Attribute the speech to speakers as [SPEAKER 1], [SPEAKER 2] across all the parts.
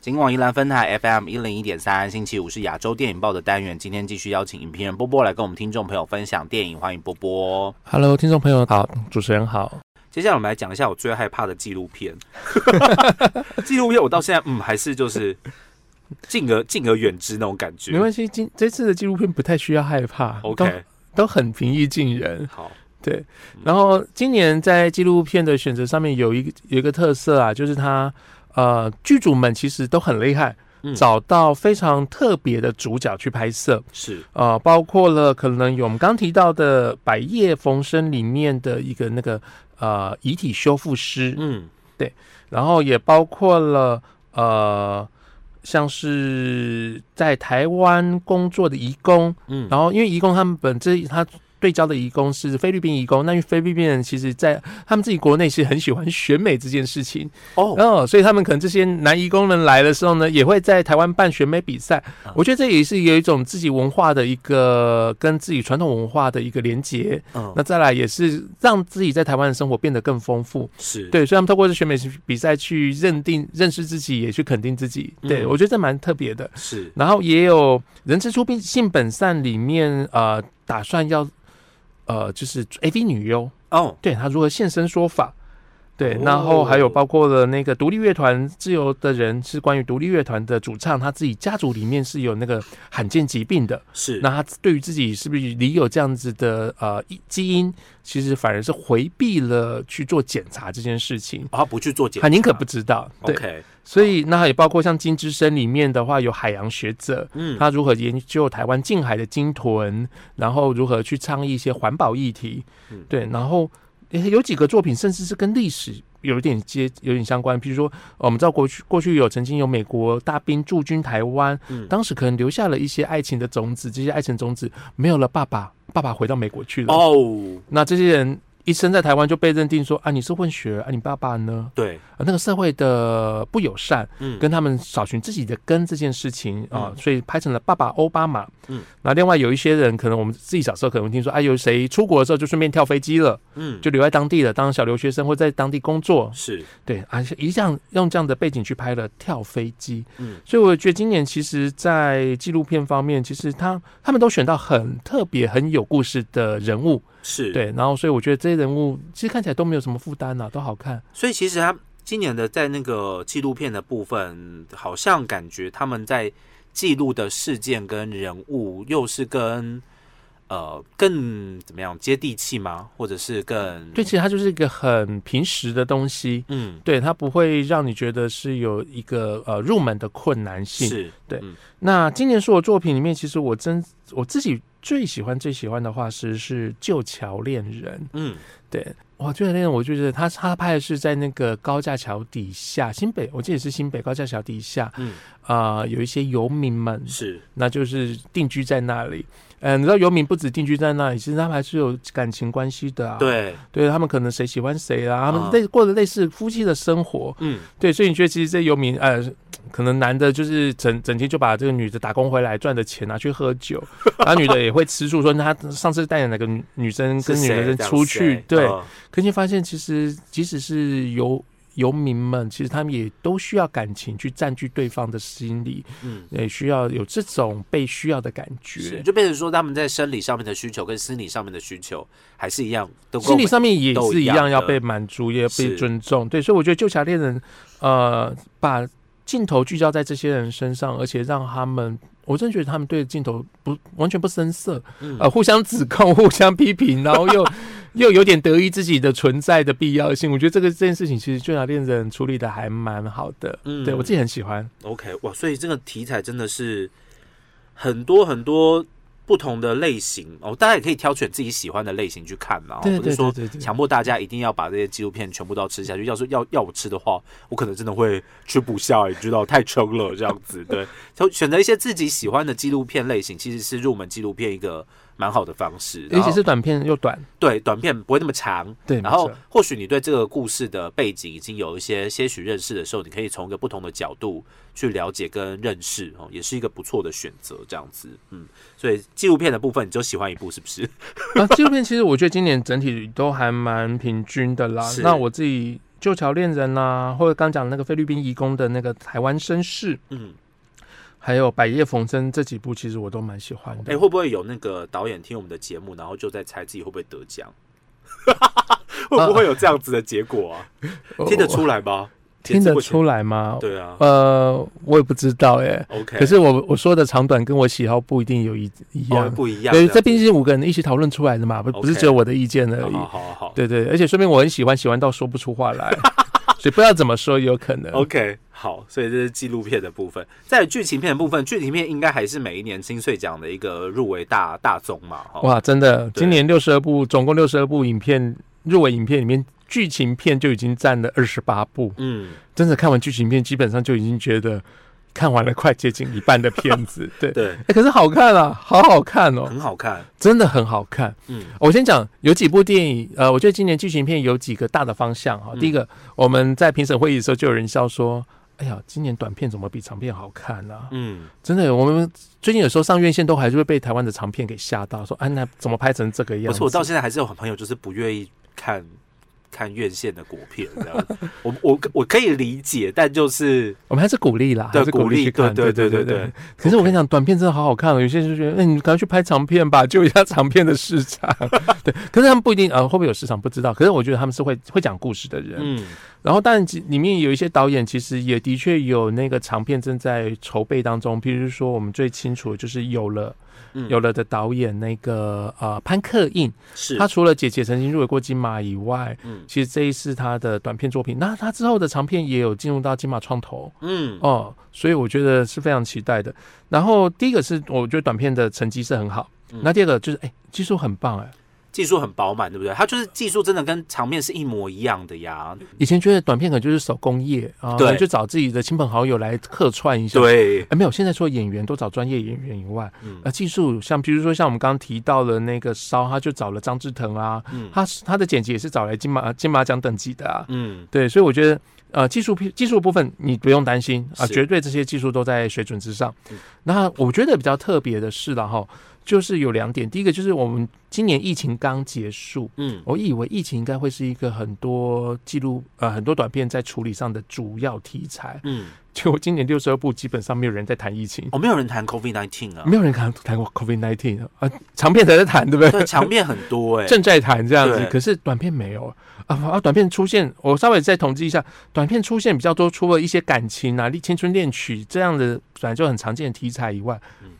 [SPEAKER 1] 金广宜兰分台 FM 一零一点三，星期五是亚洲电影报的单元。今天继续邀请影评人波波来跟我们听众朋友分享电影，欢迎波波。
[SPEAKER 2] Hello，听众朋友好，主持人好。
[SPEAKER 1] 接下来我们来讲一下我最害怕的纪录 片。纪录片我到现在嗯还是就是敬而敬而远之那种感觉。
[SPEAKER 2] 没关系，今这次的纪录片不太需要害怕都
[SPEAKER 1] OK，
[SPEAKER 2] 都很平易近人。
[SPEAKER 1] 好，
[SPEAKER 2] 对，然后今年在纪录片的选择上面有一个有一个特色啊，就是它呃剧组们其实都很厉害，
[SPEAKER 1] 嗯
[SPEAKER 2] 找到非常特别的主角去拍摄，
[SPEAKER 1] 是
[SPEAKER 2] 呃，包括了可能有我们刚提到的《百叶逢生》里面的一个那个呃遗体修复师，
[SPEAKER 1] 嗯
[SPEAKER 2] 然后也包括了呃像是在台湾工作的移工，
[SPEAKER 1] 嗯，
[SPEAKER 2] 然后因为移工他们本质他对焦的移工是菲律宾移工，那因为菲律宾人其实在他们自己国内是很喜欢选美这件事情，
[SPEAKER 1] 哦
[SPEAKER 2] 哦，所以他们可能这些男移工人来的时候呢，也会在台湾办选美比赛
[SPEAKER 1] 啊。
[SPEAKER 2] 我觉得这也是有一种自己文化的一个跟自己传统文化的一个连结。
[SPEAKER 1] 嗯
[SPEAKER 2] 那再来也是让自己在台湾的生活变得更丰富。
[SPEAKER 1] 是
[SPEAKER 2] 对，所以他们透过这选美比赛去认定、认识自己，也去肯定自己。对、
[SPEAKER 1] 嗯
[SPEAKER 2] 我觉得这蛮特别的。
[SPEAKER 1] 是
[SPEAKER 2] 然后也有《人之初性性本善》里面，呃，打算要，呃，就是 A V 女优，
[SPEAKER 1] 哦
[SPEAKER 2] 对她如何现身说法，对，
[SPEAKER 1] 哦
[SPEAKER 2] 然后还有包括了那个独立乐团《自由的人》是关于独立乐团的主唱，他自己家族里面是有那个罕见疾病的，
[SPEAKER 1] 是
[SPEAKER 2] 那他对于自己是不是里有这样子的呃基因，其实反而是回避了去做检查这件事情，
[SPEAKER 1] 他啊不去做检查，
[SPEAKER 2] 他啊宁可不知道，对，
[SPEAKER 1] OK，
[SPEAKER 2] 所以那也包括像《金之声》里面的话，有海洋学者，
[SPEAKER 1] 嗯
[SPEAKER 2] 他如何研究台湾近海的鲸豚，然后如何去倡议一些环保议题，
[SPEAKER 1] 嗯
[SPEAKER 2] 对，然后诶有几个作品甚至是跟历史有一点接有点相关，比如说呃我们知道过去过去有曾经有美国大兵驻军台湾，
[SPEAKER 1] 嗯
[SPEAKER 2] 当时可能留下了一些爱情的种子，这些爱情种子没有了爸爸，爸爸回到美国去了，
[SPEAKER 1] 哦
[SPEAKER 2] 那这些人一生在台湾就被认定说啊你是混血，啊你爸爸呢？
[SPEAKER 1] 对
[SPEAKER 2] 啊那个社会的不友善。
[SPEAKER 1] 嗯
[SPEAKER 2] 跟他们找寻自己的根这件事情啊、
[SPEAKER 1] 嗯
[SPEAKER 2] 所以拍成了《爸爸奥巴马》。
[SPEAKER 1] 嗯，
[SPEAKER 2] 那另外有一些人，可能我们自己小时候可能会听说，哎、有谁出国的时候就顺便跳飞机了，
[SPEAKER 1] 嗯
[SPEAKER 2] 就留在当地了，当小留学生或在当地工作。
[SPEAKER 1] 是
[SPEAKER 2] 对，而、且一样用这样的背景去拍了跳飞机。
[SPEAKER 1] 嗯
[SPEAKER 2] 所以我觉得今年其实，在纪录片方面，其实他他们都选到很特别、很有故事的人物。
[SPEAKER 1] 是，
[SPEAKER 2] 对，然后所以我觉得这些人物其实看起来都没有什么负担啊呐、都好看。
[SPEAKER 1] 所以其实他今年的在那个纪录片的部分，好像感觉他们在记录的事件跟人物，又是跟呃更怎么样接地气吗？或者是更
[SPEAKER 2] 对，其实它就是一个很平实的东西。
[SPEAKER 1] 嗯
[SPEAKER 2] 对，它不会让你觉得是有一个呃入门的困难性。
[SPEAKER 1] 是
[SPEAKER 2] 对
[SPEAKER 1] 嗯
[SPEAKER 2] 那今年所有作品里面，其实我真我自己最喜欢最喜欢的话是是《旧桥恋人》。
[SPEAKER 1] 嗯
[SPEAKER 2] 对，哇，《旧桥恋人》我就觉得他他拍的是在那个高架桥底下，新北，我记得是新北高架桥底下，
[SPEAKER 1] 嗯
[SPEAKER 2] 啊，有一些游民们，
[SPEAKER 1] 是
[SPEAKER 2] 那就是定居在那里。嗯，你知道游民不止定居在那里，其实他们还是有感情关系的啊。，
[SPEAKER 1] 对
[SPEAKER 2] 对他们可能谁喜欢谁啦、他
[SPEAKER 1] 啊
[SPEAKER 2] 们类过着类似夫妻的生活。
[SPEAKER 1] 嗯
[SPEAKER 2] 对，所以你觉得其实这游民呃，可能男的就是整整天就把这个女的打工回来赚的钱拿去喝 酒，然后女的也会吃醋，说那他上次带的哪个女女生
[SPEAKER 1] 是
[SPEAKER 2] 跟女
[SPEAKER 1] 谁
[SPEAKER 2] 人
[SPEAKER 1] 这样
[SPEAKER 2] 出去
[SPEAKER 1] 谁，
[SPEAKER 2] 对，
[SPEAKER 1] 呃
[SPEAKER 2] 可你发现其实即使是游游民们，其实他们也都需要感情去占据对方的心理，
[SPEAKER 1] 嗯。
[SPEAKER 2] 也需要有这种被需要的感
[SPEAKER 1] 是，
[SPEAKER 2] 觉。
[SPEAKER 1] 就变成说他们在生理上面的需求跟心理上面的需求还是一样，都跟我
[SPEAKER 2] 心理
[SPEAKER 1] 们
[SPEAKER 2] 上面也
[SPEAKER 1] 都
[SPEAKER 2] 是
[SPEAKER 1] 一
[SPEAKER 2] 一
[SPEAKER 1] 样
[SPEAKER 2] 样要
[SPEAKER 1] 的
[SPEAKER 2] 被满足，也要
[SPEAKER 1] 是
[SPEAKER 2] 被尊重。对，所以我觉得《旧侠恋人》呃，把镜头聚焦在这些人身上，而且让他们，我真的觉得他们对镜头不完全不生涩，
[SPEAKER 1] 嗯
[SPEAKER 2] 呃，互相指控、 互相批评，然后 又又有点得意自己的存在的必要性。我觉得这个这件事情，其实《旧侠恋人》处理的还蛮好的，
[SPEAKER 1] 嗯
[SPEAKER 2] 对我自己很喜欢。
[SPEAKER 1] OK，哇，所以这个题材真的是很多很多不同的类型哦，大家也可以挑选自己喜欢的类型去看嘛，哦
[SPEAKER 2] 对
[SPEAKER 1] 不是
[SPEAKER 2] 对
[SPEAKER 1] 说
[SPEAKER 2] 对对对，
[SPEAKER 1] 强迫大家一定要把这些纪录片全部都要吃下去。要是要要我吃的话，我可能真的会吃不下，你知道，太撑了这样子。 对，就选择一些自己喜欢的纪录片类型，其实是入门纪录片一个蛮好的方式。
[SPEAKER 2] 尤
[SPEAKER 1] 然后
[SPEAKER 2] 其是短片又短，
[SPEAKER 1] 对短片不会那么长，
[SPEAKER 2] 对，
[SPEAKER 1] 然
[SPEAKER 2] 没
[SPEAKER 1] 后
[SPEAKER 2] 错
[SPEAKER 1] 或许你对这个故事的背景已经有一些些许认识的时候，你可以从一个不同的角度去了解跟认识哦，也是一个不错的选择。这样子，嗯，所以纪录片的部分你就喜欢一部是不是？
[SPEAKER 2] 啊，纪录片其实我觉得今年整体都还蛮平均的啦
[SPEAKER 1] 是。
[SPEAKER 2] 那我自己《旧桥恋人》呐，或者刚讲那个菲律宾移工的那个台湾绅士，
[SPEAKER 1] 嗯，
[SPEAKER 2] 还有《百夜逢生》这几部，其实我都蛮喜欢
[SPEAKER 1] 哎、
[SPEAKER 2] 的。
[SPEAKER 1] 会不会有那个导演听我们的节目，然后就在猜自己会不会得奖？ 会不会有这样子的结果啊？
[SPEAKER 2] 我
[SPEAKER 1] 听得出来吗？
[SPEAKER 2] 呃哦听得
[SPEAKER 1] 不
[SPEAKER 2] 出来吗？
[SPEAKER 1] 对啊
[SPEAKER 2] 呃，我也不知道耶。
[SPEAKER 1] ，OK，
[SPEAKER 2] 可是我我说的长短跟我喜好不一定有一一
[SPEAKER 1] 哦
[SPEAKER 2] 样，
[SPEAKER 1] 不一样的，
[SPEAKER 2] 对，这毕竟是五个人一起讨论出来的嘛，不
[SPEAKER 1] OK 哦
[SPEAKER 2] 不是只有我的意见而
[SPEAKER 1] 好
[SPEAKER 2] 已
[SPEAKER 1] 好。好好
[SPEAKER 2] 对对，而且说明我很喜欢，喜欢到说不出话来， 所以不知道怎么说也有可能。
[SPEAKER 1] ，OK，好，所以这是纪录片的部分，在剧情片的部分，剧情片应该还是每一年金穗奖的一个入围大大宗嘛，哦，
[SPEAKER 2] 哇，真的，
[SPEAKER 1] 对
[SPEAKER 2] 今年六十二部，总共六十二部影片入围影片里面，剧情片就已经占了二十八部。
[SPEAKER 1] 嗯，
[SPEAKER 2] 真的看完剧情片，基本上就已经觉得看完了快接近一半的片 子。对，
[SPEAKER 1] 对，
[SPEAKER 2] 哎、可是好看啊，好好看哦，
[SPEAKER 1] 很好看，
[SPEAKER 2] 真的很好看。
[SPEAKER 1] 嗯
[SPEAKER 2] 我先讲有几部电影，呃，我觉得今年剧情片有几个大的方向哈。
[SPEAKER 1] 嗯
[SPEAKER 2] 第一个，我们在评审会议的时候就有人笑说。哎呀，今年短片怎么比长片好看呢、
[SPEAKER 1] 嗯，
[SPEAKER 2] 真的，我们最近有时候上院线都还是会被台湾的长片给吓到，说啊，那怎么拍成这个样
[SPEAKER 1] 不
[SPEAKER 2] 子？
[SPEAKER 1] 是，我到现在还是有很朋友就是不愿意看看院线的国片这样，我我我可以理解，但就是
[SPEAKER 2] 我们还是鼓励啦，
[SPEAKER 1] 对
[SPEAKER 2] 还是
[SPEAKER 1] 鼓励
[SPEAKER 2] 去看，
[SPEAKER 1] 对对
[SPEAKER 2] 对
[SPEAKER 1] 对对对
[SPEAKER 2] 对。可是我跟你讲，短片真的好好看哦，有些人就觉得，嗯、你赶快去拍长片吧， 救一下长片的市场。 对，可是他们不一定，呃，会不会有市场不知道。可是我觉得他们是会会讲故事的人，
[SPEAKER 1] 嗯
[SPEAKER 2] 然后，但其里面有一些导演其实也的确有那个长片正在筹备当中，譬如说我们最清楚的就是有了
[SPEAKER 1] 嗯
[SPEAKER 2] 有了的导演那个呃潘克印，
[SPEAKER 1] 是
[SPEAKER 2] 他除了《姐姐》曾经入围过金马以外，
[SPEAKER 1] 嗯
[SPEAKER 2] 其实这一次他的短片作品，那他之后的长片也有进入到金马创投
[SPEAKER 1] 嗯
[SPEAKER 2] 哦，所以我觉得是非常期待的。然后第一个是我觉得短片的成绩是很好
[SPEAKER 1] 嗯，
[SPEAKER 2] 那第二个就是哎技术很棒哎，
[SPEAKER 1] 技术很饱满，对不对？它就是技术真的跟场面是一模一样的呀。
[SPEAKER 2] 以前觉得短片可能就是手工业啊，
[SPEAKER 1] 对
[SPEAKER 2] 就找自己的亲朋好友来客串一下，
[SPEAKER 1] 对，
[SPEAKER 2] 哎，没有，现在除了演员都找专业演员以外，
[SPEAKER 1] 嗯
[SPEAKER 2] 呃，技术像比如说像我们刚刚提到了那个烧，他就找了张志腾啊，
[SPEAKER 1] 嗯
[SPEAKER 2] 他是他的剪辑也是找来金马金马奖等级的啊，
[SPEAKER 1] 嗯
[SPEAKER 2] 对，所以我觉得呃技术技术部分你不用担心啊，
[SPEAKER 1] 是
[SPEAKER 2] 绝对这些技术都在水准之上
[SPEAKER 1] 嗯。
[SPEAKER 2] 那我觉得比较特别的是了哈，就是有两点，第一个就是我们今年疫情刚结束。
[SPEAKER 1] 嗯
[SPEAKER 2] 我以为疫情应该会是一个很多记录呃很多短片在处理上的主要题材，
[SPEAKER 1] 嗯，
[SPEAKER 2] 结果今年六十二部基本上没有人在谈疫情，
[SPEAKER 1] 哦，没有人谈 COVID nineteen 啊，
[SPEAKER 2] 没有人谈谈过 COVID nineteen 啊，长片才在谈，对不对？
[SPEAKER 1] 对，场面很多哎、
[SPEAKER 2] 正在谈这样子
[SPEAKER 1] 对，
[SPEAKER 2] 可是短片没有啊啊！短片出现，我稍微再统计一下，短片出现比较多，除了一些感情啊、青春恋曲这样的本来就很常见的题材以外，
[SPEAKER 1] 嗯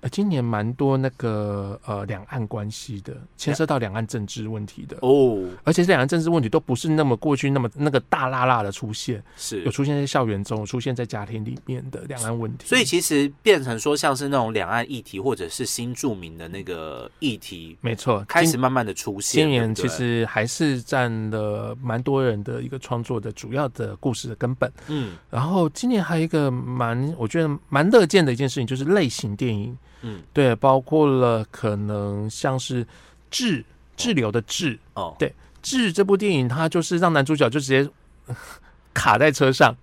[SPEAKER 2] 呃，今年蛮多那个呃两岸关系的，牵涉到两岸政治问题的，
[SPEAKER 1] 哦，
[SPEAKER 2] 而且这两岸政治问题都不是那么过去那么那个大辣辣的出现，
[SPEAKER 1] 是
[SPEAKER 2] 有。出现在校园中，有出现在家庭里面的两岸问题，
[SPEAKER 1] 所以其实变成说，像是那种两岸议题或者是新著名的那个议题，
[SPEAKER 2] 没错，
[SPEAKER 1] 开
[SPEAKER 2] 今
[SPEAKER 1] 始慢慢的出现。
[SPEAKER 2] 今年
[SPEAKER 1] 对不对，
[SPEAKER 2] 其实还是占了蛮多人的一个创作的主要的故事的根本。
[SPEAKER 1] 嗯
[SPEAKER 2] 然后今年还有一个蛮，我觉得蛮乐见的一件事情，就是类型电影，
[SPEAKER 1] 嗯，
[SPEAKER 2] 对，包括了可能像是《滞滞留》的《滞
[SPEAKER 1] 哦，》，
[SPEAKER 2] 滞这部电影，它就是让男主角就直接 卡在车上，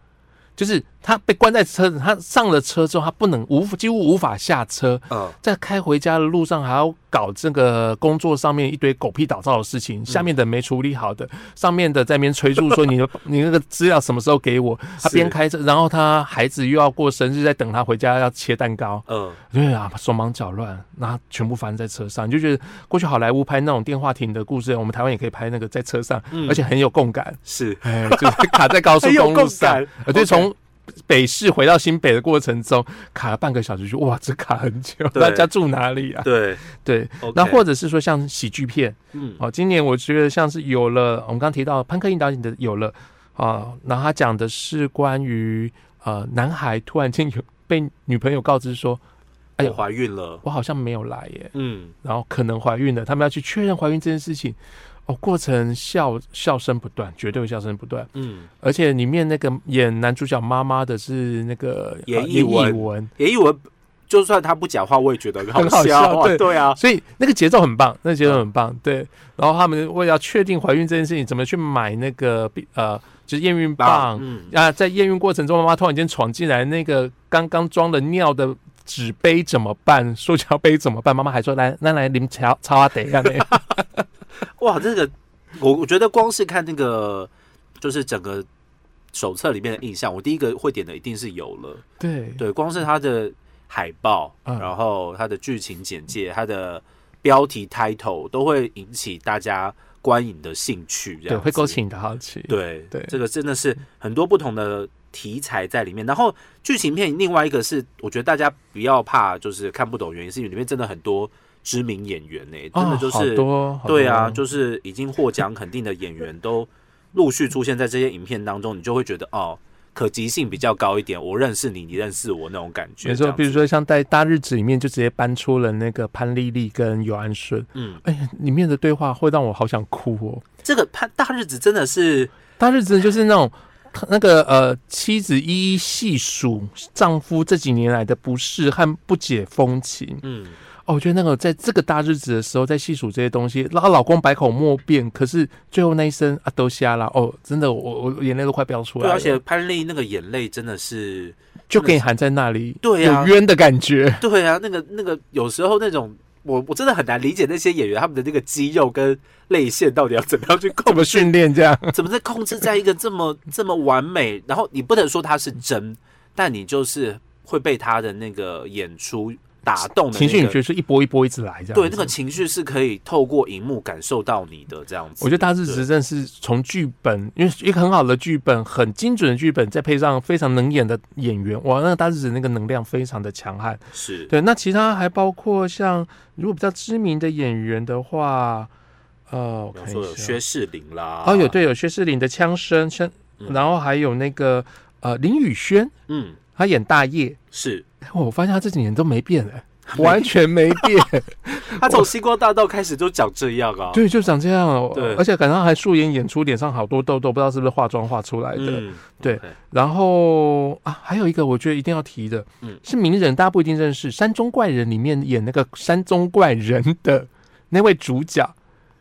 [SPEAKER 2] 就是他被关在车，他上了车之后，他不能无几乎无法下车，
[SPEAKER 1] 嗯
[SPEAKER 2] 在开回家的路上还要搞这个工作上面一堆狗屁倒灶的事
[SPEAKER 1] 嗯
[SPEAKER 2] 情，下面的没处理好的，上面的在那边催促说你 的你那个资料什么时候给我？他
[SPEAKER 1] 是
[SPEAKER 2] 边开车，然后他孩子又要过生日，在等他回家要切蛋糕，
[SPEAKER 1] 嗯，
[SPEAKER 2] 对啊，手忙脚乱，那全部翻在车上，你就觉得过去好莱坞拍那种电话亭的故事，我们台湾也可以拍那个在车上，
[SPEAKER 1] 嗯
[SPEAKER 2] 而且很有共感，
[SPEAKER 1] 是
[SPEAKER 2] 哎，就是卡在高速
[SPEAKER 1] 很有
[SPEAKER 2] 公路
[SPEAKER 1] 共
[SPEAKER 2] 上
[SPEAKER 1] 感，
[SPEAKER 2] 呃，就从北市回到新北的过程中，卡了半个小时就，哇，这卡很久，
[SPEAKER 1] 对
[SPEAKER 2] 大家住哪里啊？
[SPEAKER 1] 对。
[SPEAKER 2] 对，
[SPEAKER 1] OK
[SPEAKER 2] 那或者是说像喜剧片，
[SPEAKER 1] 嗯
[SPEAKER 2] 哦，今年我觉得像是有了，我们刚提到潘克印导演的有了啊，那他讲的是关于呃，男孩突然间有被女朋友告知说，
[SPEAKER 1] 我
[SPEAKER 2] 哎呦，
[SPEAKER 1] 怀孕了。
[SPEAKER 2] 我好像没有来耶，
[SPEAKER 1] 嗯，
[SPEAKER 2] 然后可能怀孕了，他们要去确认怀孕这件事情。哦，过程笑笑声不断，绝对笑声不断。
[SPEAKER 1] 嗯，
[SPEAKER 2] 而且里面那个演男主角妈妈的是那个呃
[SPEAKER 1] 严艺
[SPEAKER 2] 严
[SPEAKER 1] 文
[SPEAKER 2] 文，
[SPEAKER 1] 也以为就算他不讲话，我也觉得很
[SPEAKER 2] 很好
[SPEAKER 1] 笑
[SPEAKER 2] 笑
[SPEAKER 1] 啊。
[SPEAKER 2] 对
[SPEAKER 1] 对啊，
[SPEAKER 2] 所以那个节奏很棒，那个节奏很棒，对。然后他们为了要确定怀孕这件事情，怎么去买那个避呃，就是验孕棒
[SPEAKER 1] 嗯，
[SPEAKER 2] 啊，在验孕过程中，妈妈突然间闯进来，那个刚刚装了尿的纸杯怎么办？塑胶杯怎么办？妈妈还说来，那来淋茶茶啊得啊，那样
[SPEAKER 1] 哇，这个我我觉得光是看那个就是整个手册里面的印象，我第一个会点的一定是有了。
[SPEAKER 2] 对
[SPEAKER 1] 对，光是它的海报，
[SPEAKER 2] 嗯
[SPEAKER 1] 然后它的剧情简介、它的标题 title 都会引起大家观影的兴趣，这
[SPEAKER 2] 对，
[SPEAKER 1] 样
[SPEAKER 2] 会勾
[SPEAKER 1] 子
[SPEAKER 2] 起你的好奇。
[SPEAKER 1] 对
[SPEAKER 2] 对
[SPEAKER 1] 这个真的是很多不同的题材在里面。然后剧情片另外一个是，我觉得大家不要怕，就是看不懂，原因是因为里面真的很多知名演员呢、
[SPEAKER 2] 哦，
[SPEAKER 1] 真的就
[SPEAKER 2] 好
[SPEAKER 1] 是、
[SPEAKER 2] 多，好
[SPEAKER 1] 对啊，
[SPEAKER 2] 多
[SPEAKER 1] 就是已经获奖肯定的演员都陆续出现在这些影片当中，你就会觉得哦，可及性比较高一点，我认识你，你认识我那种感觉。
[SPEAKER 2] 没
[SPEAKER 1] 这
[SPEAKER 2] 错，
[SPEAKER 1] 样
[SPEAKER 2] 比如
[SPEAKER 1] 子
[SPEAKER 2] 说像在《大日子》里面就直接搬出了那个潘丽丽跟尤安顺，
[SPEAKER 1] 嗯，
[SPEAKER 2] 哎呀，里面的对话会让我好想哭哦。
[SPEAKER 1] 这个他大日子真的是
[SPEAKER 2] 大日子就是那种那个呃，妻子一一细数丈夫这几年来的不适和不解风情。
[SPEAKER 1] 嗯。
[SPEAKER 2] 哦，我觉得那个在这个大日子的时候，在细数这些东西，然后老公百口莫辩，可是最后那一声啊都瞎了。哦，真的，我我我眼泪都快飙出来
[SPEAKER 1] 对，啊
[SPEAKER 2] 了，
[SPEAKER 1] 而且潘丽那个眼泪真的是，
[SPEAKER 2] 就给你含在那里，
[SPEAKER 1] 对啊
[SPEAKER 2] 有冤的感觉。
[SPEAKER 1] 对啊，那个那个有时候那种，我我真的很难理解那些演员他们的那个肌肉跟泪腺到底要怎么样去控
[SPEAKER 2] 怎么训练这样？
[SPEAKER 1] 怎么在控制在一个这么这么完美？然后你不能说它是真，但你就是会被他的那个演出打动的、那个
[SPEAKER 2] 情绪你觉得是一波一波一直来这样？
[SPEAKER 1] 对那个。情绪是可以透过荧幕感受到你的这样子。
[SPEAKER 2] 我觉得大日子真的是从剧本，因为一个很好的剧本，很精准的剧本，再配上非常能演的演员，哇，那个大日子那个能量非常的强悍。
[SPEAKER 1] 对是
[SPEAKER 2] 对，那其他还包括像如果比较知名的演员的话，呃，我
[SPEAKER 1] 比
[SPEAKER 2] 看
[SPEAKER 1] 方
[SPEAKER 2] 一
[SPEAKER 1] 说有
[SPEAKER 2] 下
[SPEAKER 1] 薛，世林啦，
[SPEAKER 2] 哦，有，对，有薛仕凌的枪声，枪，
[SPEAKER 1] 嗯
[SPEAKER 2] 然后还有那个呃林宇轩，
[SPEAKER 1] 嗯，
[SPEAKER 2] 他演大叶，
[SPEAKER 1] 是
[SPEAKER 2] 哎我发现他这几年都没变 哎、完全没变，
[SPEAKER 1] 他从星光大道开始就讲这样啊，
[SPEAKER 2] 对，就长这样哦。
[SPEAKER 1] 对
[SPEAKER 2] 而且感到还素颜演出，脸上好多痘痘，不知道是不是化妆化出来的。
[SPEAKER 1] 嗯，
[SPEAKER 2] 对
[SPEAKER 1] OK，
[SPEAKER 2] 然后啊，还有一个我觉得一定要提的，
[SPEAKER 1] 嗯
[SPEAKER 2] 是名人，大家不一定认识，《山中怪人》里面演那个山中怪人的 那位主角。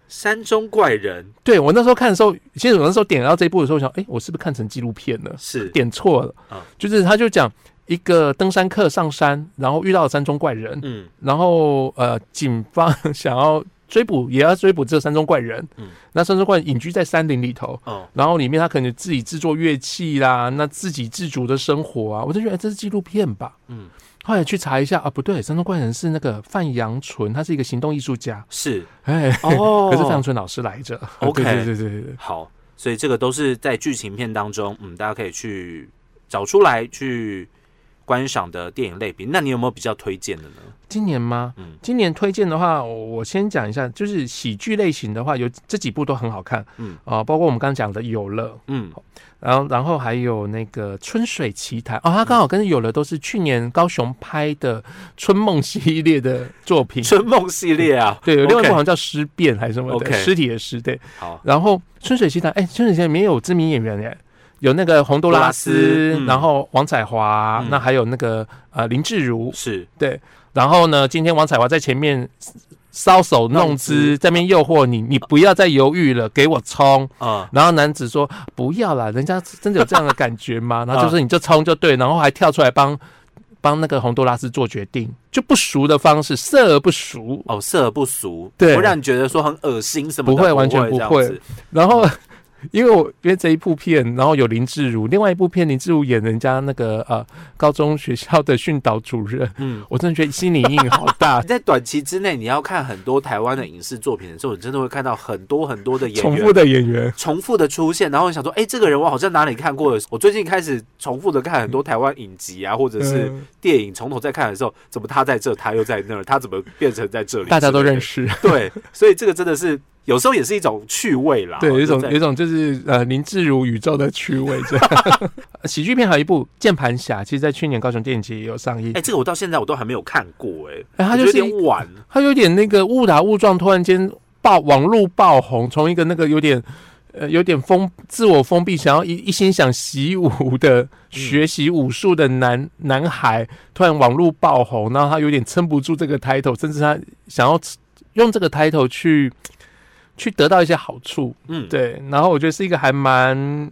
[SPEAKER 1] 山中怪人
[SPEAKER 2] 对我那时候看的时候，其实我那时候点到这一部的时候，我想，哎，我是不是看成纪录片了？
[SPEAKER 1] 是
[SPEAKER 2] 点错了，
[SPEAKER 1] 啊
[SPEAKER 2] 就是他就讲一个登山客上山，然后遇到了山中怪人，
[SPEAKER 1] 嗯
[SPEAKER 2] 然后呃，警方 想要追捕，也要追捕这山中怪人。
[SPEAKER 1] 嗯
[SPEAKER 2] 那山中怪人隐居在山林里头，
[SPEAKER 1] 哦，
[SPEAKER 2] 然后里面他可能自己制作乐器啦，那自给自足的生活啊，我就觉得、哎这是纪录片吧。
[SPEAKER 1] 嗯，
[SPEAKER 2] 后来去查一下啊，不对，山中怪人是那个范阳纯，他是一个行动艺术家，
[SPEAKER 1] 是
[SPEAKER 2] 哎，
[SPEAKER 1] 哦，
[SPEAKER 2] 可是范阳纯老师来着。
[SPEAKER 1] OK
[SPEAKER 2] 对对对对 对，
[SPEAKER 1] 好，所以这个都是在剧情片当中，嗯，大家可以去找出来去观赏的电影类别。那你有没有比较推荐的呢？
[SPEAKER 2] 今年吗？
[SPEAKER 1] 嗯
[SPEAKER 2] 今年推荐的话，我我先讲一下，就是喜剧类型的话，有这几部都很好看
[SPEAKER 1] 嗯
[SPEAKER 2] 啊、包括我们刚刚讲的《有乐》，
[SPEAKER 1] 嗯，
[SPEAKER 2] 然后然后还有那个《春水奇谭》哦，它刚好跟有了都是去年高雄拍的《春梦》系列的作品。
[SPEAKER 1] 春梦系列啊，
[SPEAKER 2] 对，有
[SPEAKER 1] OK
[SPEAKER 2] 另外一部好像叫《尸变》还是什么的
[SPEAKER 1] OK
[SPEAKER 2] 尸体的尸对。
[SPEAKER 1] 好，
[SPEAKER 2] 然后《春水奇谭》哎，《春水奇谭》里面有知名演员哎，有那个洪都拉斯，
[SPEAKER 1] 多拉斯嗯
[SPEAKER 2] 然后王彩华，
[SPEAKER 1] 嗯
[SPEAKER 2] 那还有那个呃林志儒。
[SPEAKER 1] 是
[SPEAKER 2] 然后呢，今天王彩华在前面搔首弄
[SPEAKER 1] 弄姿
[SPEAKER 2] 姿，在面诱惑你，你不要再犹豫了，给我冲！
[SPEAKER 1] 啊、
[SPEAKER 2] 然后男子说：“不要啦，人家真的有这样的感觉吗？” 然
[SPEAKER 1] 嗯
[SPEAKER 2] 后就说：“你就冲就对。”然后还跳出来帮帮那个洪都拉斯做决定，就不熟的方式，色而不熟。
[SPEAKER 1] 哦，色而不俗，
[SPEAKER 2] 对
[SPEAKER 1] 不会让你觉得说很恶心什么的，
[SPEAKER 2] 不会完全
[SPEAKER 1] 不
[SPEAKER 2] 不
[SPEAKER 1] 这样
[SPEAKER 2] 会
[SPEAKER 1] 子
[SPEAKER 2] 然后 因为我因为这一部片，然后有林志儒，另外一部片林志儒演人家那个呃高中学校的训导主任，
[SPEAKER 1] 嗯。
[SPEAKER 2] 我真的觉得心理阴影好 大
[SPEAKER 1] 你。在短期之内，你要看很多台湾的影视作品的时候，你真的会看到很多很多的演
[SPEAKER 2] 重
[SPEAKER 1] 员
[SPEAKER 2] 复的演员，
[SPEAKER 1] 重复的出现，然后你想说，哎、这个人我好像哪里看过了。我最近开始重复的看很多台湾影集啊，或者是
[SPEAKER 2] 嗯
[SPEAKER 1] 电影从头再看的时候，怎么他在这，他又在那儿，他怎么变成在这里？
[SPEAKER 2] 大家都认
[SPEAKER 1] 识，
[SPEAKER 2] 识。
[SPEAKER 1] 对，所以这个真的是有时候也是一种趣味啦。
[SPEAKER 2] 对，有一种
[SPEAKER 1] 就在
[SPEAKER 2] 有一种就是呃林志儒宇宙的趣味这样。 呃喜剧片还有一部《键盘侠》，其实在去年高雄电影节也有上映
[SPEAKER 1] 哎、。这个我到现在我都还没有看过、诶
[SPEAKER 2] 哎、
[SPEAKER 1] 哎，
[SPEAKER 2] 它
[SPEAKER 1] 我觉
[SPEAKER 2] 就
[SPEAKER 1] 得
[SPEAKER 2] 是
[SPEAKER 1] 有
[SPEAKER 2] 一
[SPEAKER 1] 点晚，
[SPEAKER 2] 它有点那个误打误撞，突然间爆网络爆红，从一个那个有点呃有点封自我封闭，想要一一心想习武的学习武术的男、男孩，突然网络爆红，然后他有点撑不住这个 title，甚至他想要呃用这个 title 去去得到一些好处。
[SPEAKER 1] 嗯，，
[SPEAKER 2] 对，然后我觉得是一个还蛮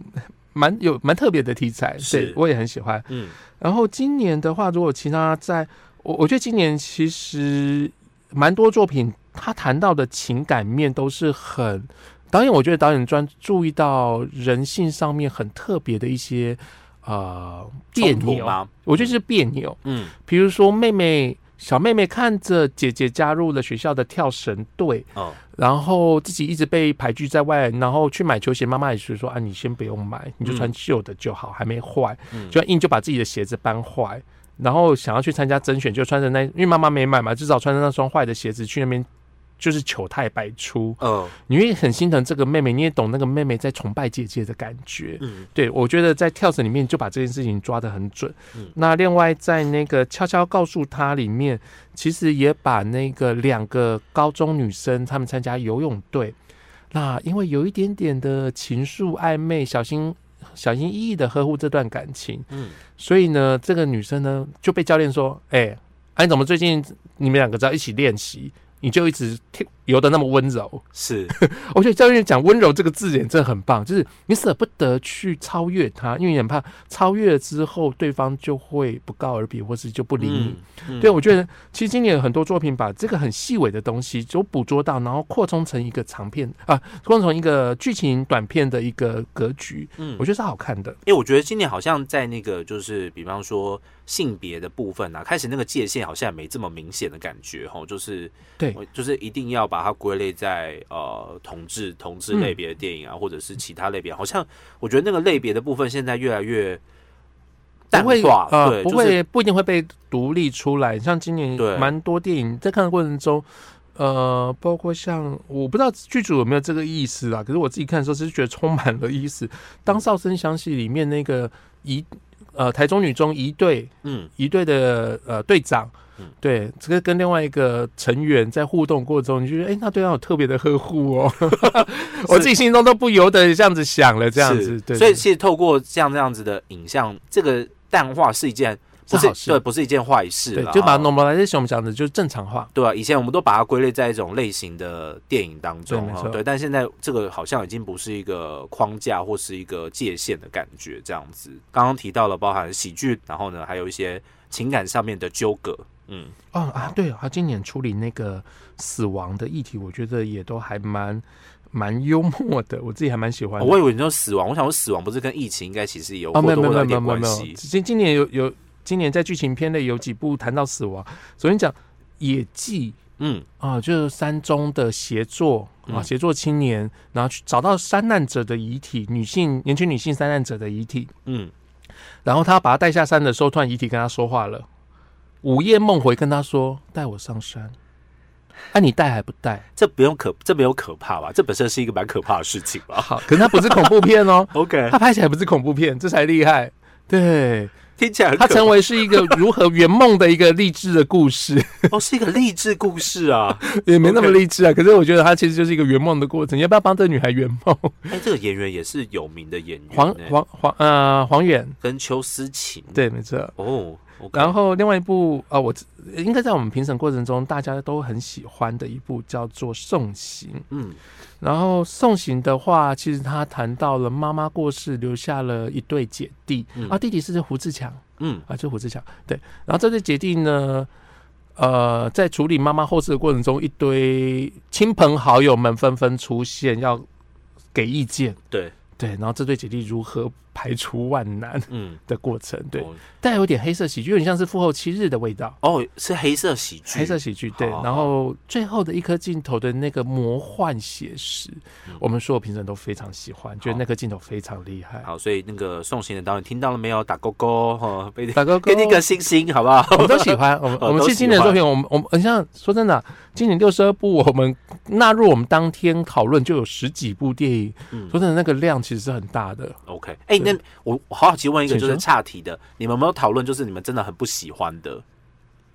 [SPEAKER 2] 蛮有蛮特别的题材，
[SPEAKER 1] 是
[SPEAKER 2] 对我也很喜欢。
[SPEAKER 1] 嗯，
[SPEAKER 2] 然后今年的话，如果其他在我我觉得今年其实蛮多作品，他谈到的情感面都是很导演，我觉得导演专注意到人性上面很特别的一些呃别
[SPEAKER 1] 冲突
[SPEAKER 2] 扭，
[SPEAKER 1] 吗？
[SPEAKER 2] 我觉得是别扭。
[SPEAKER 1] 嗯
[SPEAKER 2] 比如说妹妹小妹妹看着姐姐加入了学校的跳绳队，
[SPEAKER 1] 哦
[SPEAKER 2] 然后自己一直被排拒在外，然后去买球鞋，妈妈也是说啊，你先不用买，你就穿旧的就好，还没坏，
[SPEAKER 1] 嗯
[SPEAKER 2] 就硬就把自己的鞋子搬坏。然后想要去参加甄选，就穿着那，因为妈妈没买嘛，至少穿着那双坏的鞋子去那边，就是糗态百出。
[SPEAKER 1] 哦
[SPEAKER 2] 你会很心疼这个妹妹，你也懂那个妹妹在崇拜姐姐的感觉。
[SPEAKER 1] 嗯
[SPEAKER 2] 对，我觉得在跳绳里面就把这件事情抓得很准。
[SPEAKER 1] 嗯
[SPEAKER 2] 那另外在那个悄悄告诉她里面，其实也把那个两个高中女生她们参加游泳队，那因为有一点点的情愫暧昧，小心小心翼翼的呵护这段感情，
[SPEAKER 1] 嗯
[SPEAKER 2] 所以呢，这个女生呢就被教练说：“哎、啊你怎么最近你们两个只要一起练习，你就一直跳游的那么温柔？”
[SPEAKER 1] 是
[SPEAKER 2] 我觉得教练讲温柔这个字眼真的很棒，就是你舍不得去超越他，因为你很怕超越了之后对方就会不告而别，或是就不理你。
[SPEAKER 1] 嗯
[SPEAKER 2] 对，我觉得其实今年有很多作品把这个很细微的东西就捕捉到，然后扩充成一个长片啊，扩充成一个剧情短片的一个格局，
[SPEAKER 1] 嗯
[SPEAKER 2] 我觉得是好看的。
[SPEAKER 1] 因为我觉得今年好像在那个就是，比方说性别的部分啊，开始那个界限好像也没这么明显的感觉吼，就是
[SPEAKER 2] 对，
[SPEAKER 1] 就是一定要把它归类在呃同志同
[SPEAKER 2] 嗯
[SPEAKER 1] 志类别的电影啊，或者是其他类别，好像我觉得那个类别的部分现在越来越淡
[SPEAKER 2] 不会
[SPEAKER 1] 化，对，
[SPEAKER 2] 呃，不
[SPEAKER 1] 就是
[SPEAKER 2] 会不一定会被独立出来。像今年
[SPEAKER 1] 对
[SPEAKER 2] 蛮多电影在看的过程中，呃，包括像我不知道剧组有没有这个意思啊啦，可是我自己看的时候是觉得充满了意思。当哨声响起，里面那个一呃台中女中一队
[SPEAKER 1] 嗯
[SPEAKER 2] 一队的呃队长
[SPEAKER 1] 嗯。
[SPEAKER 2] 对，这个跟另外一个成员在互动过程中，你就觉得，哎、那对方有特别的呵护哦， 我自己心中都不由得这样子想了，这样
[SPEAKER 1] 是
[SPEAKER 2] 子，对，
[SPEAKER 1] 所以
[SPEAKER 2] 对
[SPEAKER 1] 其实透过像这样子的影像，这个淡化是一件不
[SPEAKER 2] 是
[SPEAKER 1] 是
[SPEAKER 2] 好事
[SPEAKER 1] 对，不是一件坏事
[SPEAKER 2] 对
[SPEAKER 1] 啦，
[SPEAKER 2] 就把
[SPEAKER 1] 哦
[SPEAKER 2] normalization 我们讲的就是正常化，
[SPEAKER 1] 对啊，以前我们都把它归类在一种类型的电影当中
[SPEAKER 2] 对没
[SPEAKER 1] 啊，
[SPEAKER 2] 错
[SPEAKER 1] 对，但现在这个好像已经不是一个框架或是一个界限的感觉，这样子。刚刚提到了包含喜剧，然后呢，还有一些情感上面的纠葛，嗯
[SPEAKER 2] 哦啊，对啊，今年处理那个死亡的议题，我觉得也都还蛮蛮幽默的，我自己还蛮喜欢
[SPEAKER 1] 哦
[SPEAKER 2] 的。
[SPEAKER 1] 我以为你说死亡，我想说死亡不是跟疫情应该其实有或
[SPEAKER 2] 哦，没有
[SPEAKER 1] 多
[SPEAKER 2] 没有
[SPEAKER 1] 或少
[SPEAKER 2] 没有
[SPEAKER 1] 一
[SPEAKER 2] 没有
[SPEAKER 1] 点
[SPEAKER 2] 没有
[SPEAKER 1] 关
[SPEAKER 2] 没有，
[SPEAKER 1] 系，
[SPEAKER 2] 今今年有有今年在剧情片类有几部谈到死亡，首先讲《野记》
[SPEAKER 1] 嗯
[SPEAKER 2] 啊，就是山中的协作啊，
[SPEAKER 1] 嗯
[SPEAKER 2] 协作青年，然后去找到山难者的遗体，女性年轻女性山难者的遗体，
[SPEAKER 1] 嗯，
[SPEAKER 2] 然后他把他带下山的时候，突然遗体跟他说话了，午夜梦回跟他说：“带我上山。”啊，你带还不带？
[SPEAKER 1] 这不用可这没有可怕吧？这本身是一个蛮可怕的事情吧，
[SPEAKER 2] 好，可是它不是恐怖片哦
[SPEAKER 1] ？OK，
[SPEAKER 2] 它拍起来不是恐怖片，这才厉害。对，
[SPEAKER 1] 听起来很
[SPEAKER 2] 它
[SPEAKER 1] 可
[SPEAKER 2] 成为是一个如何圆梦的一个励志的故 事，
[SPEAKER 1] 哦是一个励志故事啊，
[SPEAKER 2] 也没那么励志啊。可是我觉得它其实就是一个圆梦的过程。你要不要帮这个女孩圆 梦？
[SPEAKER 1] 哎，这个演员也是有名的演员，欸
[SPEAKER 2] 黄黄黄呃黄远，
[SPEAKER 1] 跟邱思琴，
[SPEAKER 2] 对，没错。
[SPEAKER 1] 哦，OK，
[SPEAKER 2] 然后另外一部啊、我应该在我们评审过程中大家都很喜欢的一部叫做《送行》。
[SPEAKER 1] 嗯
[SPEAKER 2] 然后送行的话，其实他谈到了妈妈过世，留下了一对姐弟、
[SPEAKER 1] 嗯
[SPEAKER 2] 啊，弟弟是胡志强。
[SPEAKER 1] 嗯
[SPEAKER 2] 啊，就胡志强对。然后这对姐弟呢，呃，在处理妈妈后事的过程中，一堆亲朋好友们纷纷出现，要给意见。
[SPEAKER 1] 嗯对，
[SPEAKER 2] 对，然后这对姐弟如何排除万难
[SPEAKER 1] 嗯，
[SPEAKER 2] 的过程，对，
[SPEAKER 1] 哦
[SPEAKER 2] 带有点黑色喜剧，有点像是复后七日的味道，
[SPEAKER 1] 哦，是黑色喜剧，
[SPEAKER 2] 黑色喜剧，对。
[SPEAKER 1] 好
[SPEAKER 2] 然后最后的一颗镜头的那个魔幻写实，
[SPEAKER 1] 嗯
[SPEAKER 2] 我们所有评审都非常喜欢，觉得
[SPEAKER 1] 好
[SPEAKER 2] 那颗镜头非常厉害。
[SPEAKER 1] 好，所以那个送行的导演听到了没有？打勾勾 哈，给
[SPEAKER 2] 大哥
[SPEAKER 1] 给
[SPEAKER 2] 哥，
[SPEAKER 1] 你个星星，好不好？
[SPEAKER 2] 我们都 喜欢。我们
[SPEAKER 1] 哦
[SPEAKER 2] 我们
[SPEAKER 1] 都
[SPEAKER 2] 其实
[SPEAKER 1] 喜
[SPEAKER 2] 今年的作
[SPEAKER 1] 欢
[SPEAKER 2] 品，我们我们很像说真的啊，今年六十二部，我们纳入我们当天讨论就有十几部电影。
[SPEAKER 1] 嗯
[SPEAKER 2] 说真的，那个量其实是很大的。
[SPEAKER 1] ，OK。哎，那我我好奇问一个，
[SPEAKER 2] 请
[SPEAKER 1] 就
[SPEAKER 2] 说
[SPEAKER 1] 是岔题的，你们有没有讨论？就是你们真的很不喜欢的？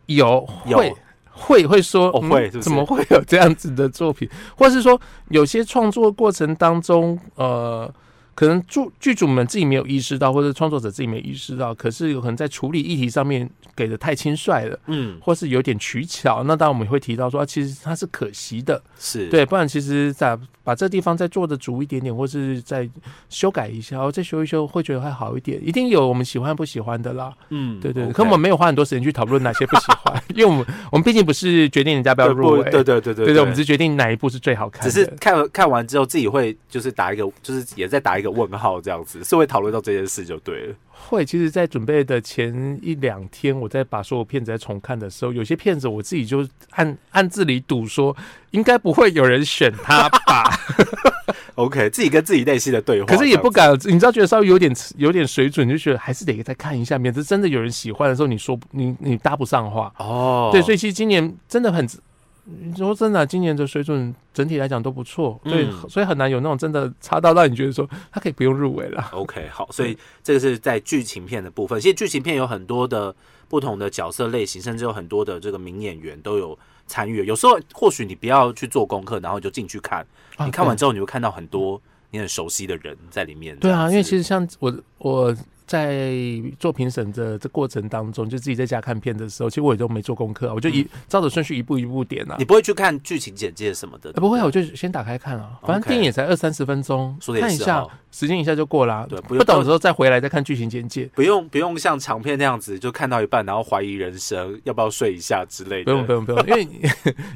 [SPEAKER 2] 有
[SPEAKER 1] 有
[SPEAKER 2] 会会会说
[SPEAKER 1] 哦
[SPEAKER 2] 嗯
[SPEAKER 1] 会是不是
[SPEAKER 2] 怎么会有这样子的作品？或是说有些创作过程当中，呃。可能剧剧组们自己没有意识到，或者创作者自己没有意识到，可是有可能在处理议题上面给的太轻率了，
[SPEAKER 1] 嗯，
[SPEAKER 2] 或是有点取巧。那当然我们会提到说，啊、其实它是可惜的，
[SPEAKER 1] 是，，
[SPEAKER 2] 对，不然其实在把这地方再做的足一点点，或是再修改一下，然后哦再修一修，会觉得会好一点。一定有我们喜欢不喜欢的啦，
[SPEAKER 1] 嗯，
[SPEAKER 2] 对对对。
[SPEAKER 1] OK
[SPEAKER 2] 可我们没有花很多时间去讨论哪些不喜欢，因为我们我们毕竟不是决定人家不要入围，
[SPEAKER 1] 对对对对
[SPEAKER 2] 对对，我们只是决定哪一部是最好看
[SPEAKER 1] 只
[SPEAKER 2] 的，
[SPEAKER 1] 是看看完之后自己会就是打一个，就是也在打一个问号这样子，是会讨论到这件事就对了。
[SPEAKER 2] 会，其实，在准备的前一两天，我在把所有片子在重看的时候，有些片子我自己就暗暗自里赌说，应该不会有人选他吧。
[SPEAKER 1] OK，自己跟自己内心的对话，
[SPEAKER 2] 可是也不敢，你知道，觉得稍微有点有点水准，就觉得还是得再看一下，免得真的有人喜欢的时候，你说不你你搭不上话。
[SPEAKER 1] 这样子哦，
[SPEAKER 2] 对，所以其实今年真的很，你说真的啊、今年的水准整体来讲都不错，对，
[SPEAKER 1] 嗯
[SPEAKER 2] 所以很难有那种真的差到让你觉得说他可以不用入围了。
[SPEAKER 1] OK，好，所以这个是在剧情片的部分。其实剧情片有很多的不同的角色类型，甚至有很多的这个名演员都有参与。有时候或许你不要去做功课，然后你就进去看，
[SPEAKER 2] 啊
[SPEAKER 1] 你看完之后你会看到很多你很熟悉的人在里面。
[SPEAKER 2] 对啊，因为其
[SPEAKER 1] 实
[SPEAKER 2] 实像我我在做评审的这过程当中，就自己在家看片的时候，其实我也都没做功课啊，我就一、
[SPEAKER 1] 嗯
[SPEAKER 2] 照着顺序一步一步点啊
[SPEAKER 1] 你。不会去看剧情简介什么的，
[SPEAKER 2] 呃不会啊，我就先打开看啊，反正
[SPEAKER 1] OK
[SPEAKER 2] 电影也才二三十分钟
[SPEAKER 1] 说得也
[SPEAKER 2] 看一
[SPEAKER 1] 是
[SPEAKER 2] 下
[SPEAKER 1] 哦，
[SPEAKER 2] 时间一下就过啦、
[SPEAKER 1] 对不
[SPEAKER 2] 不懂的时候再回来再看剧情简介。
[SPEAKER 1] 不用不用像长片那样子，就看到一半然后怀疑人生，要不要睡一下之类的，
[SPEAKER 2] 不用不用不用，因为 你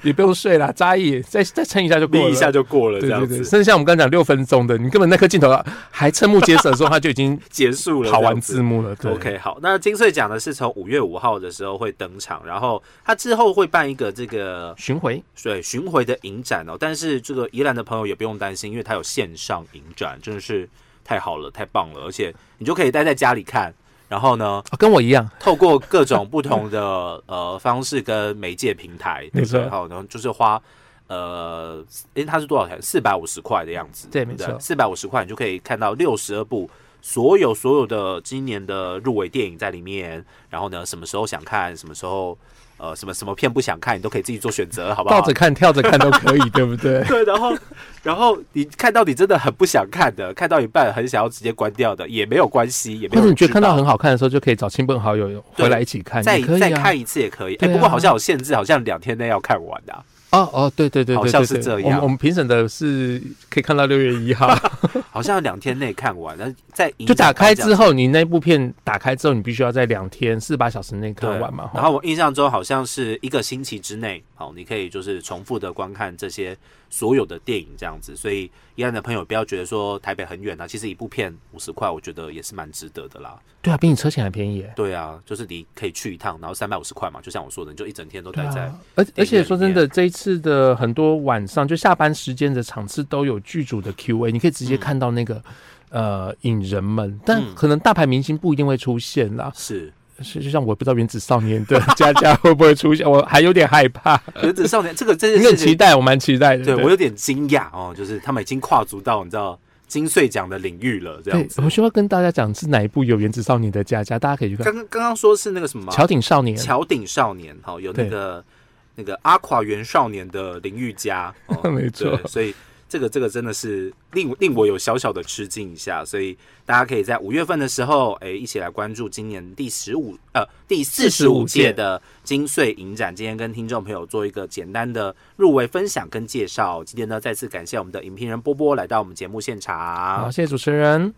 [SPEAKER 2] 也不用睡啦，眨眼再再撑一下就过了。
[SPEAKER 1] 眯一下就过了，这
[SPEAKER 2] 对
[SPEAKER 1] 样
[SPEAKER 2] 对
[SPEAKER 1] 子
[SPEAKER 2] 对，甚至像我们刚才讲六分钟的，你根本那颗镜头啊还瞠目结舌的时候，它就 已经
[SPEAKER 1] 结束了，
[SPEAKER 2] 跑
[SPEAKER 1] 这
[SPEAKER 2] 完
[SPEAKER 1] 样子
[SPEAKER 2] 字幕了。对
[SPEAKER 1] OK，好，那金穗奖呢是从五月五号的时候会登场，然后他之后会办一个这个
[SPEAKER 2] 巡回
[SPEAKER 1] 对巡回的影展哦，但是这个宜兰的朋友也不用担心，因为它有线上影展，真的是太好了，太棒了，而且你就可以待在家里看，然后呢，
[SPEAKER 2] 啊跟我一样。
[SPEAKER 1] 透过各种不同的呃方式跟媒介平台，对
[SPEAKER 2] 没
[SPEAKER 1] 不对
[SPEAKER 2] 错
[SPEAKER 1] 好，然后就是花呃，诶，它是多少钱？四百五十块的样子，
[SPEAKER 2] 对没错
[SPEAKER 1] 啊四百五十块你就可以看到六十二部所有所有的今年的入围电影在里面。然后呢，什么时候想看，什么时候呃，什么什么片不想看，你都可以自己做选择，好不好
[SPEAKER 2] 倒着？看、跳着看都可以，对不对？
[SPEAKER 1] 对，然后，然后你看到你真的很不想看的，看到一半很想要直接关掉的，也没有关系，也 没有
[SPEAKER 2] 或者
[SPEAKER 1] 人
[SPEAKER 2] 你觉得
[SPEAKER 1] 知
[SPEAKER 2] 看到
[SPEAKER 1] 道
[SPEAKER 2] 很好看的时候，就可以找亲朋好友回来一起看，
[SPEAKER 1] 再
[SPEAKER 2] 也可以
[SPEAKER 1] 再
[SPEAKER 2] 啊。
[SPEAKER 1] 看一次也可以，哎、
[SPEAKER 2] 对啊
[SPEAKER 1] 不过好像有限制，好像两天内要看完的、啊。
[SPEAKER 2] 哦哦，对对对，对
[SPEAKER 1] 好像
[SPEAKER 2] 对
[SPEAKER 1] 是
[SPEAKER 2] 对
[SPEAKER 1] 这
[SPEAKER 2] 我
[SPEAKER 1] 样啊
[SPEAKER 2] 们我们评审的是可以看到六月一号，
[SPEAKER 1] 好像两天内看完，那在影
[SPEAKER 2] 就打开
[SPEAKER 1] 展
[SPEAKER 2] 之后，你那部片打开之后，你必须要在两天四十八小时内
[SPEAKER 1] 这样
[SPEAKER 2] 看完嘛。
[SPEAKER 1] 对然后我印象中好像是一个星期之内，好，你可以就是重复的观看这些所有的电影这样子。所以宜兰的朋友不要觉得说台北很远啊，其实一部片五十块，我觉得也是蛮值得的啦。
[SPEAKER 2] 对啊，比你车钱还便宜耶。
[SPEAKER 1] 对啊，就是你可以去一趟，然后三百五十块嘛，就像我说的，你就一整天都
[SPEAKER 2] 对
[SPEAKER 1] 待在。
[SPEAKER 2] 啊，而而且说真
[SPEAKER 1] 电
[SPEAKER 2] 的，这一次的很多晚上就下班时间的场次都有剧组的 Q&A，你可以直接
[SPEAKER 1] 嗯
[SPEAKER 2] 看到那个呃影人们，但
[SPEAKER 1] 嗯
[SPEAKER 2] 可能大牌明星不一定会出现啦。
[SPEAKER 1] 是
[SPEAKER 2] 是就像我不知道原子少年的 佳佳会不会出现，我还有点害怕，
[SPEAKER 1] 原子少年这个这件
[SPEAKER 2] 你
[SPEAKER 1] 事
[SPEAKER 2] 很
[SPEAKER 1] 情
[SPEAKER 2] 期，待，我蛮期待的。
[SPEAKER 1] 对我有点惊讶哦，就是他们已经跨足到你知道金穗奖的领域了，这样
[SPEAKER 2] 对
[SPEAKER 1] 子，。
[SPEAKER 2] 我需要跟大家讲是哪一部有原子少年的佳佳，大家可以去看
[SPEAKER 1] 刚刚刚刚说是那个什么
[SPEAKER 2] 《桥顶少年》。
[SPEAKER 1] 桥顶少年，哈、有那
[SPEAKER 2] 对
[SPEAKER 1] 个那个阿垮原少年的林玉佳，哦
[SPEAKER 2] 没错
[SPEAKER 1] 对所以这个这个真的是令令我有小小的吃惊一下，所以大家可以在五月份的时候，哎、一起来关注今年第十五呃第四十五
[SPEAKER 2] 45
[SPEAKER 1] 届
[SPEAKER 2] 届
[SPEAKER 1] 的金穗影展，今天跟听众朋友做一个简单的入围分享跟介绍。今天呢，再次感谢我们的影评人波波来到我们节目现场，
[SPEAKER 2] 好，谢谢主持人。